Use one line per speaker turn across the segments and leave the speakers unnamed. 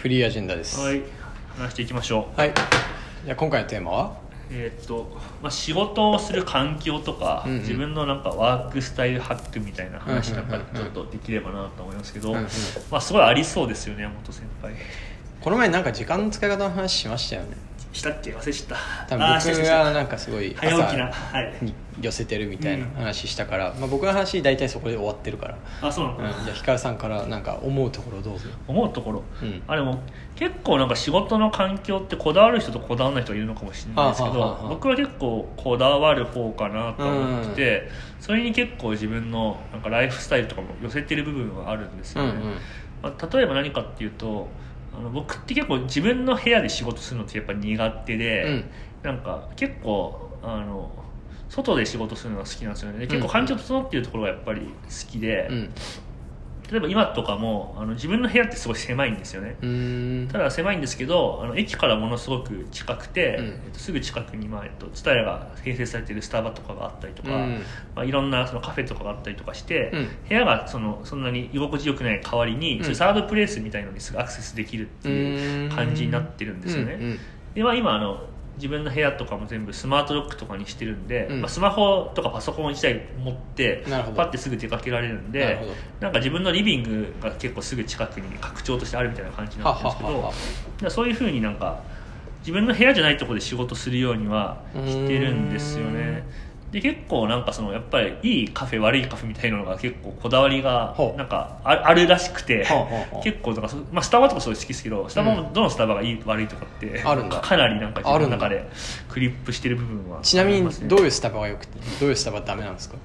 フリーアジェンダです
はい話していきましょう
はいじゃあ今回のテーマは
えーっと、まあ、仕事をする環境とか、
うんうん
自分のなんかワークスタイルハックみたいな話なんか
うんうん
ち
うんう
ょっ
ん
とできればなと思いますけど、
うんうん
まあ、すごいありそうですよね山本先輩
この前なんか時間の使い方の話しましたよね
したっけ忘れちゃった
多
あ
分
ーしたし
僕
た
がなんかすごい
早起きな
朝
はい
に寄せてるみたいな
うん
話したから、まあ、僕の話大体そこで終わってるから、
あそうな
う
の
ん、じゃあひかるさんからなんか思うところどうぞ
思うところ、
うん
あでも結構なんか仕事の環境ってこだわる人とこだわらない人がいるのかもしれないですけど
はあはあはあ
僕は結構こだわる方かなと思ってて、それに結構自分のなんかライフスタイルとかも寄せてる部分はあるんです
うん
よ
う
ね、
ん
まあ、例えば何かっていうとあの僕って結構自分の部屋で仕事するのってやっぱ苦手で、
うん
なんか結構あの外で仕事するのが好きなんですよねで結構環境整っているところがやっぱり好きで、
うん
例えば今とかもあの自分の部屋ってすごい狭いんですよね
うーん
ただ狭いんですけどあの駅からものすごく近くて、
うん
えっと、すぐ近くに、まあえっと、蔦屋が併設されてるスタバとかがあったりとか、
うん
まあ、いろんなそのカフェとかがあったりとかして、
うん
部屋がそのそんなに居心地よくない代わりに、
うん
そういうサードプレイスみたいのにすぐアクセスできるっていう感じになってるんですよね、
うん
で、まあ、今あの自分の部屋とかも全部スマートロックとかにしてるんで、
うん
まあ、スマホとかパソコン自体持って
なるほど
パッてすぐ出かけられるんで
なるほど
なんか自分のリビングが結構すぐ近くに拡張としてあるみたいな感じに
は
な
っ
ってるん
は
ですけ
っはっ
ど
は
だからそういうふうになんか自分の部屋じゃないところで仕事するようにはしてるんですよねで結構なんかそのやっぱりいいカフェ悪いカフェみたいなのが結構こだわりが
ほう
なんかああるらしくて
ほうほうほう
結構なんかそ、まあ、スタバとかそういう好きですけどスタバもどのスタバがいい悪いとかって
あるんだ
かなりなんか自分の中
ある
でクリップしてる部分は
ちなみ
あり
に
ますね
どういうスタバがよくてどういうスタバダメなんですか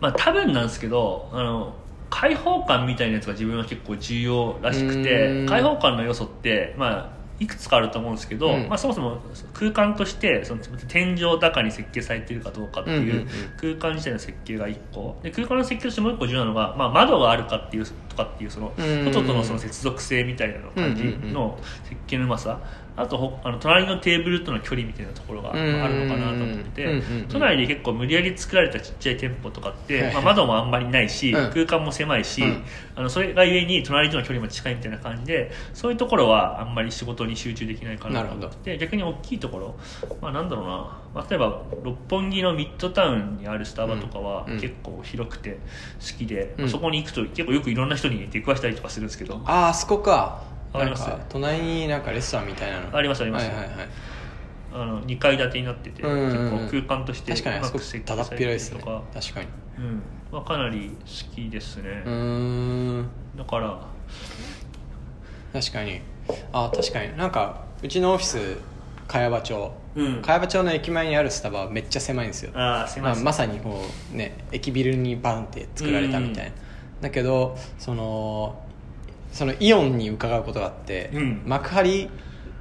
まあ、多分なんですけどあの開放感みたいなやつが自分は結構重要らしく
うー
て
ん
開放感の要素って、まあ、いくつかあると思うんですけど、
うん
まあ、そもそも空間としてその天井高に設計されてるかどうかって
うんうん
いうう空間自体の設計が1個で空間の設計としてもう1個重要なのが、まあ、窓があるかっていうとかっていうその
うんうんうん
外とのその接続性みたいなの感じ
うんうんうん
の設計のうまさあとほあの隣のテーブルとの距離みたいなところがあ
うんうんうん
るのかなと思ってて
うんうんうん
都内で結構無理やり作られたちっちゃい店舗とかって、
はい
まあ、窓もあんまりないし、
うん
空間も狭いし、
うん
あのそれがゆえに隣との距離も近いみたいな感じでそういうところはあんまり仕事に集中できないかなと思って逆に大きいところ、まあ、なんだろうな、まあ、例えば六本木のミッドタウンにあるスタバとかは
うんうん
結構広くて好きで、
うん
まあそこに行くと結構よくいろんな人に出くわしたりとかするんですけど。
ああそこか
わかります
なんか隣になんかレストランみたいなの
ありますあります
はいはいはい
あの2階建てになってて、
うんうんうん
結構空間として
確かにあそこただっぴらですね
とか、
確かに
うんまあ、かなり好きですね、
うーん
だから
確かにあ確かになんかうちのオフィス茅場町、
うん
茅場町の駅前にあるスタバはめっちゃ狭いんですよ
ああすい
ま
ま
あ、
せん、
まさにこうね駅ビルにバンって作られたみたいな、
うん
だけどそのそのイオンに伺うことがあって、
うん
幕張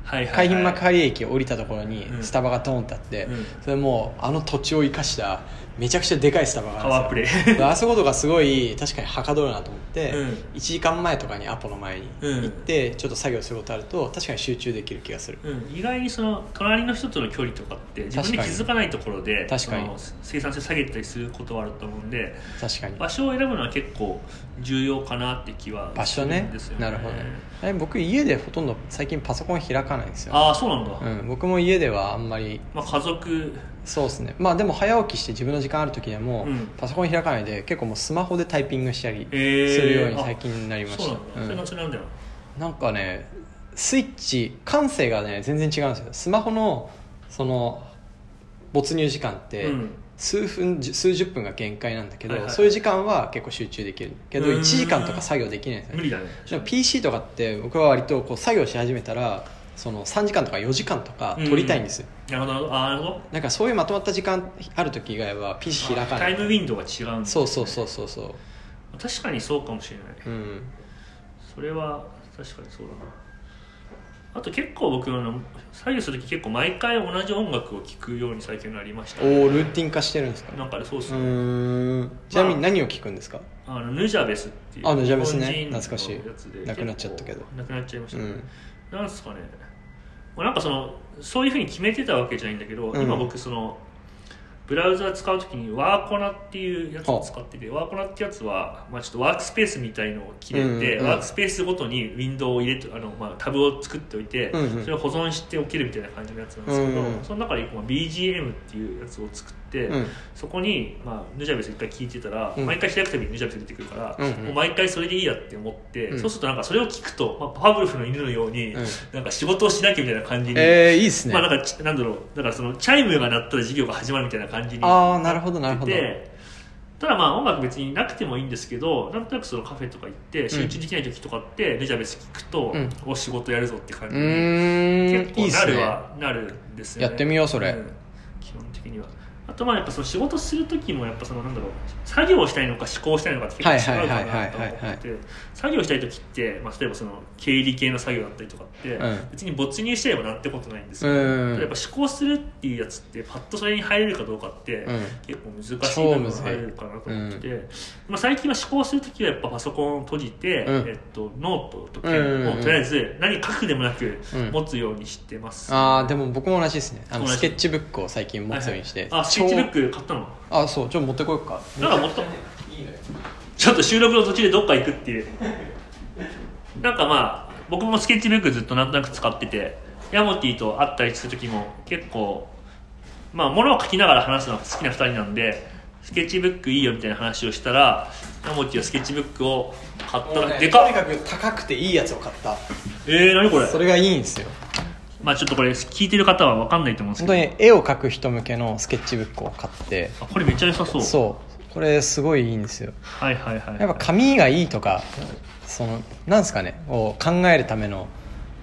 はいはいはい、
海浜幕張駅を降りたところに
うん
スタバがドーンってあって、
うん
それもうあの土地を生かしためちゃくちゃでかいスタバがあるんですよ
パワープレイ
であそことかすごい確かにはかどるなと思って、
うん
1時間前とかにアポの前に
うん
行ってちょっと作業することあると確かに集中できる気がする
うん、意外にその隣の人との距離とかって自分で気づかないところで
確かに
その生産性下げたりすることはあると思うんで
確かに
場所を選ぶのは結構重要かなって気は
場
す
所
る
ね
んですよね
なるほどねえ僕家でほとんど最近パソコン開かないんですよ、
ああそうなんだ、
うん、僕も家ではあんまり
まあ、家族
そうですねまあでも早起きして自分の時間ある時でも、
うん
パソコン開かないで結構もうスマホでタイピングしたりす
えー
るように最近になりまし
そう
た、
なんだ、それ
うん
なそれなんだよ
なんかねスイッチ感性がね全然違うんですよスマホのその没入時間って、
うん
数分じゅ数十分が限界なんだけど、
はいはい
そういう時間は結構集中できるけど
うーん
1時間とか作業できないんですよ
無理だね
でも PC とかって僕は割とこう作業し始めたらその3時間とか4時間とか取りたいんですよ、
なるほどああなるほど
なんかそういうまとまった時間ある時以外は PC 開か
あ
な
タ
い
イムウィンドウが違うんだ
そうそうそうそうそ
確かにそうかもしれないう
うん
それは確かにそうだなあと結構僕あの作業する時結構毎回同じ音楽を聴くように最近なりました
おールーティン化してるんですか
なんかねそうで
う
すね、
ーんちなみに何を聞くんですか、
あのヌジャベスっていう
あヌジャベスね
日本人の
懐かしい
やつで
なくなっちゃったけど
結構なくなっちゃいまし
う
た、ね
ん
なんですかねまあなんかそのそういうふうに決めてたわけじゃないんだけど、
うん
今僕そのブラウザ使う時にワーコナっていうやつを使っててワーコナってやつは、まあ、ちょっとワークスペースみたいのを切れて、
うんうん
ワークスペースごとにウィンドウを入れてあの、まあ、タブを作っておいて、
うんうん
それを保存しておけるみたいな感じのやつなんですけど、
うんうん
その中で一個まあ BGM っていうやつを作って、
うん
そこに、まあ、ヌジャベス一回聞いてたら、
うん
毎回開くたびにヌジャベス出てくるから、
うんうん
もう毎回それでいいやって思って、
うん
そうするとなんかそれを聞くと、まあ、パブロフの犬のように、
うん
なんか仕事をしなきゃみたいな感じに
えー、いいですね、
まあなんかちなんだろうだからそのチャイムが鳴ったら授業が始まるみたいな感じに
あーなるほどなるほど
でただまあ音楽別になくてもいいんですけどなんとなくそのカフェとか行って集中できない時とかってレジャー別に聞くと、
うん
お仕事やるぞって感
う
じに
ーん
結
いい
構
っ
な
す
る
ね
はなるんですよね
やってみようそれ
ん基本的にはあとまあやっぱその仕事する時もやっぱそのなんだろう作業したいのか思考したいのかって結構違うかなと思
はいはいはいはいはいは
っ
い
て作業したい時って、まあ、例えばその経理系の作業だったりとかって、
うん
別に没入してればなんてことないんです
う
よ、
ん
やっぱ思考するっていうやつってパッとそれに入れるかどうかって、
うん
結構難しいのが入るかなと思ってて、まあ、最近は思考する時はやっぱパソコンを閉じて、
うん
えっと、ノートとかを
うんうんうん
とりあえず何書くでもなく
うん
持つようにしてます、
あーでも僕も同じですねあの
同じ
スケッチブックを最近持つようにして、
あスケッチブッ
ク
ク買ったの
あそうちょっと持ってこようか
なんか持った
いいのよ
ちょっと収録の途中でどっか行くっていうなんかまあ僕もスケッチブックずっとなんとなく使っててヤモティと会ったりする時も結構まあ物を書きながら話すのが好きな2人なんでスケッチブックいいよみたいな話をしたらヤモティはスケッチブックを買った
も
ら、
うね
でかっ
とにかく高くていいやつを買った
えー、何これ
それがいいんですよ
まあちょっとこれ聞いてる方は分かんないと思うんです
本
け
当
ど
に絵を描く人向けのスケッチブックを買って
あこれめっちゃ良さそう
そうこれすごいいいんですよ
はいはいはい
やっぱ紙がいいとかそのなんですかねを考えるための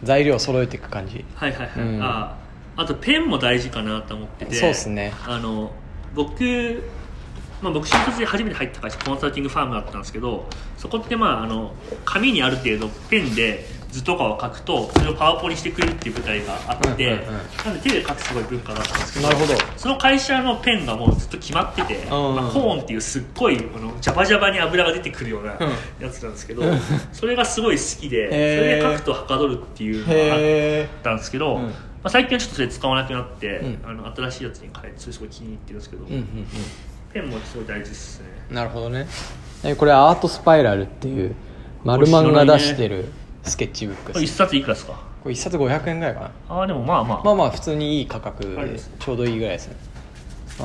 材料を揃えていく感じ
はいはいはい、
うん
ああとペンも大事かなと思ってて
そうっすね
あの僕、まあ、僕新卒で初めて入った会社コンサルティングファームだったんですけどそこってまああの紙にある程度ペンで図とかを書くとそれをパワポにしてくれるっていう舞台があって、
うんうんうん
なんで手で書くすごい文化だったんですけど
なるほど
その会社のペンがもうずっと決まってて、
うんうん
まあ、コーンっていうすっごいあのジャバジャバに油が出てくるような
う
やつなんですけど、
うん
それがすごい好きで、
へー
それで書くとはかどるっていうのがあって。
へ
ったんですけど、
うん
まあ、最近はちょっとそれ使わなくなって、
うん
あの新しいやつに変えてそれすごい気に入ってるんですけど、
えうんうん
ペンもすごい大事ですね
うんなるほどねえこれアートスパイラルっていう丸漫画出してるスケッチブック
これ
で
一
す
冊いくらですか
これ1冊500円ぐらいかな
ああでもまあまあ、
まあまあ普通にいい価格
あり
で
です
ちょうどいいぐらいですね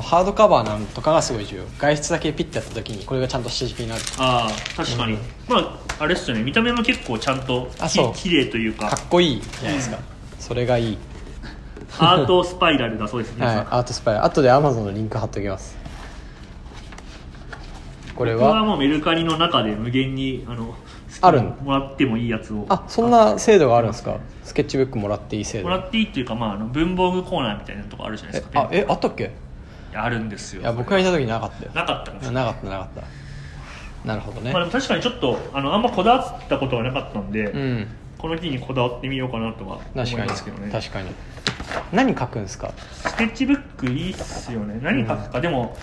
ハードカバーなんとかがすごい重要外出だけピッてやった時にこれがちゃんと下敷きになる
あー確かに、
うん
まああれっすよね見た目も結構ちゃんと
あ
き
そう
綺麗という
か
か
っこいいじゃないですか、それがいい、
アートスパイラルだそうですね、
はい、
皆さん
アートスパイラル後でアマゾンのリンク貼っときますこれ
僕は
は
もうメルカリの中で無限にあの
あるん
好きにもらってもいいやつを
あそんな制度があるんですかスケッチブックもらっていい制度
もらっていいっていうか、まあ、あの文房具コーナーみたいなとこあるじゃないで
え
すか
あえあったっけ
いやあるんですよ
いや僕がいた時なかったよ
なかったんですよ
なかったなかったなるほどね、
まあ、でも確かにちょっとあのあんまこだわったことはなかったんで、
うん
この木にこだわってみようかなとは思
確
い
かに、
ますけどね
確かに何書くんですか
スケッチブックいいっすよね何書くか、でも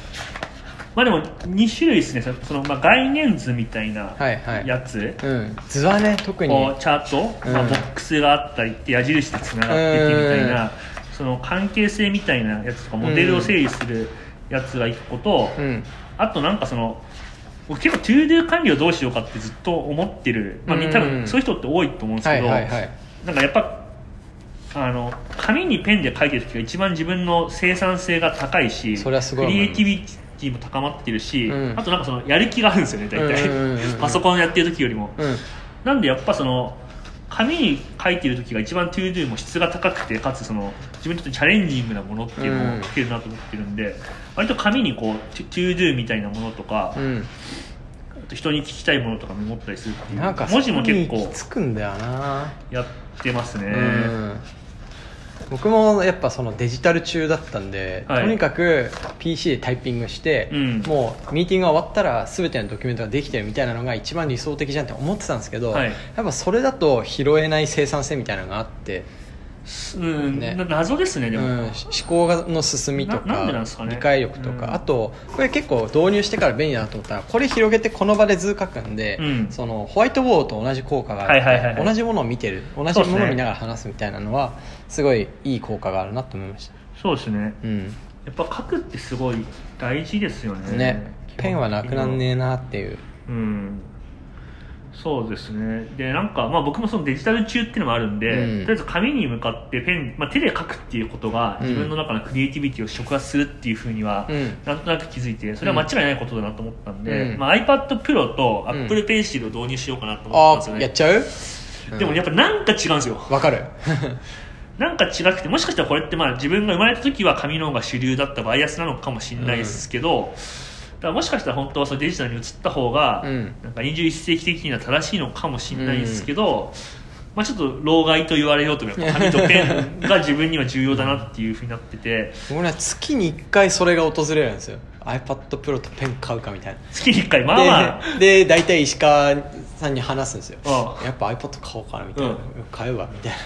まあでも2種類ですねそその、まあ、概念図みたいな
はいはい
やつ、
うん図はね特に
こうチャート、まあ、
うん
ボックスがあったりって矢印でつながっててみたいな、
うん
その関係性みたいなやつとかモデルを整理するやつが1個と、
うん
あとなんかその僕結構 ToDo 管理をどうしようかってずっと思ってる、まあ、み
うん
多分そういう人って多いと思うんです
は
け
い
ど、
はいはい
なんかやっぱあの紙にペンで書いてる時が一番自分の生産性が高いし
それはすごい
ク
思
リエ
い
イ
ます
ティビティも高まってるし、
うん
あとなんかそのやる気があるんですよね大体、
うんうんうんうん
パソコンやってる時よりも、
うん
なんでやっぱその紙に書いてる時が一番 ToDo も質が高くてかつその自分にとってチャレンジングなものっていうのを書けるなと思ってるんで、割と紙にこう ToDo みたいなものとか、
うん
あと人に聞きたいものとかメモったりするっていう
なんか
文字も結
そこに行
構
き着くんだよな、
やってますね、
うん僕もやっぱそのデジタル中だったんで、
はい
とにかく PC でタイピングして、
うん
もうミーティングが終わったら全てのドキュメントができてるみたいなのが一番理想的じゃんって思ってたんですけど、
はい
やっぱそれだと拾えない生産性みたいなのがあって、
うん
ね
な謎ですねでも、
うん、し思考がの進みとか
ななんでなんですかね
理解力とか、
うん
あとこれ結構導入してから便利だなと思ったらこれ広げてこの場で図書くんで、
うん
そのホワイトボードと同じ効果がある、
はいはいはいはい
同じものを見てる同
そ
じ
うです
も
ね
のを見ながら話すみたいなのはすごいいい効果があるなと思いました
そうですね
うん
ややっぱ書くってすごい大事ですよね
ねペンはなくなんねえなっていう
うんそうですねでなんか、まあ、僕もそのデジタル中っていうのもあるんで、
うん
とりあえず紙に向かってペン、まあ、手で書くっていうことが
うん
自分の中のクリエイティビティを触発するっていうふうには、
うん
なんとなく気づいてそれは間違いないことだなと思ったんで、
うん
まあ、iPad Pro と
うん
Apple Pencil を導入しようかなと思
あ
っ
あ
たん
ー
です
や
よ
っ
ね、
ちゃう
でもやっぱなんか違うんですよ
わかる
なんか違くてもしかしたらこれってまあ自分が生まれた時は紙の方が主流だったバイアスなのかもしれないですけど、だからもしかしたら本当はそのデジタルに移った方が、
うん
なんか21世紀的には正しいのかもしれないですけど、まあ、ちょっと老害と言われようともやっぱ紙とペンが自分には重要だなっていうふうになってて
俺は月に1回それが訪れるんですよ iPadPro とペン買うかみたいな
月に1回まあまあ
でで大体石川さんに話すんですよ
ああ
やっぱ iPad 買おうかなみたいな、
うん
買うわみたいな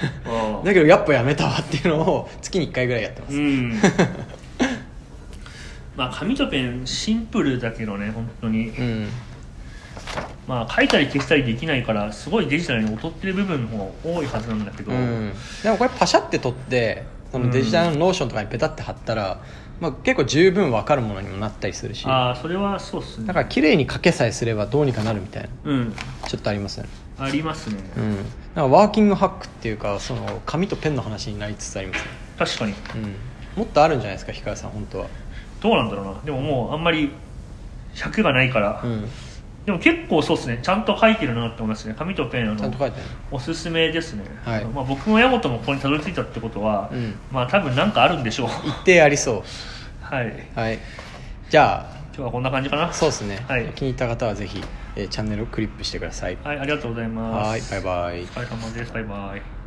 ああ
だけどやっぱやめたわっていうのを 月に1回ぐらいやってます、
うん まあ紙とペンシンプルだけどね本当に
うん
まあ、書いたり消したりできないからすごいデジタルに劣ってる部分も多いはずなんだけど、
うん、でもこれパシャって取ってそのデジタルのノーションとかにペタって貼ったら、まあ、結構十分分かるものにもなったりするしだ
ああそれはそうっすね
から綺麗に書けさえすればどうにかなるみたいな
うん
ちょっとありますよね
ありますね、
うんなんかワーキングハックっていうかその紙とペンの話になりつつありますね、
確かに
うん、もっとあるんじゃないですか氷川さん本当は
どうなんだろうなでももうあんまり100がないから、
うん
でも結構そうっすねちゃんと書いてるなって思いますね紙とペンあ
ちゃんと
の
書いてある
おすすめですね、
はい
まあ、僕も矢本もここにたどり着いたってことは、
うん
まあ多分なんかあるんでしょう
一定ありそ
はい今
うはいじゃ
日はこんな感じかな
あそうですね、
はい
気に入った方はぜひ、えーチャンネルをクリップしてください
はいありがとうございます
はいバイバイ
お疲れ様ですバイバイ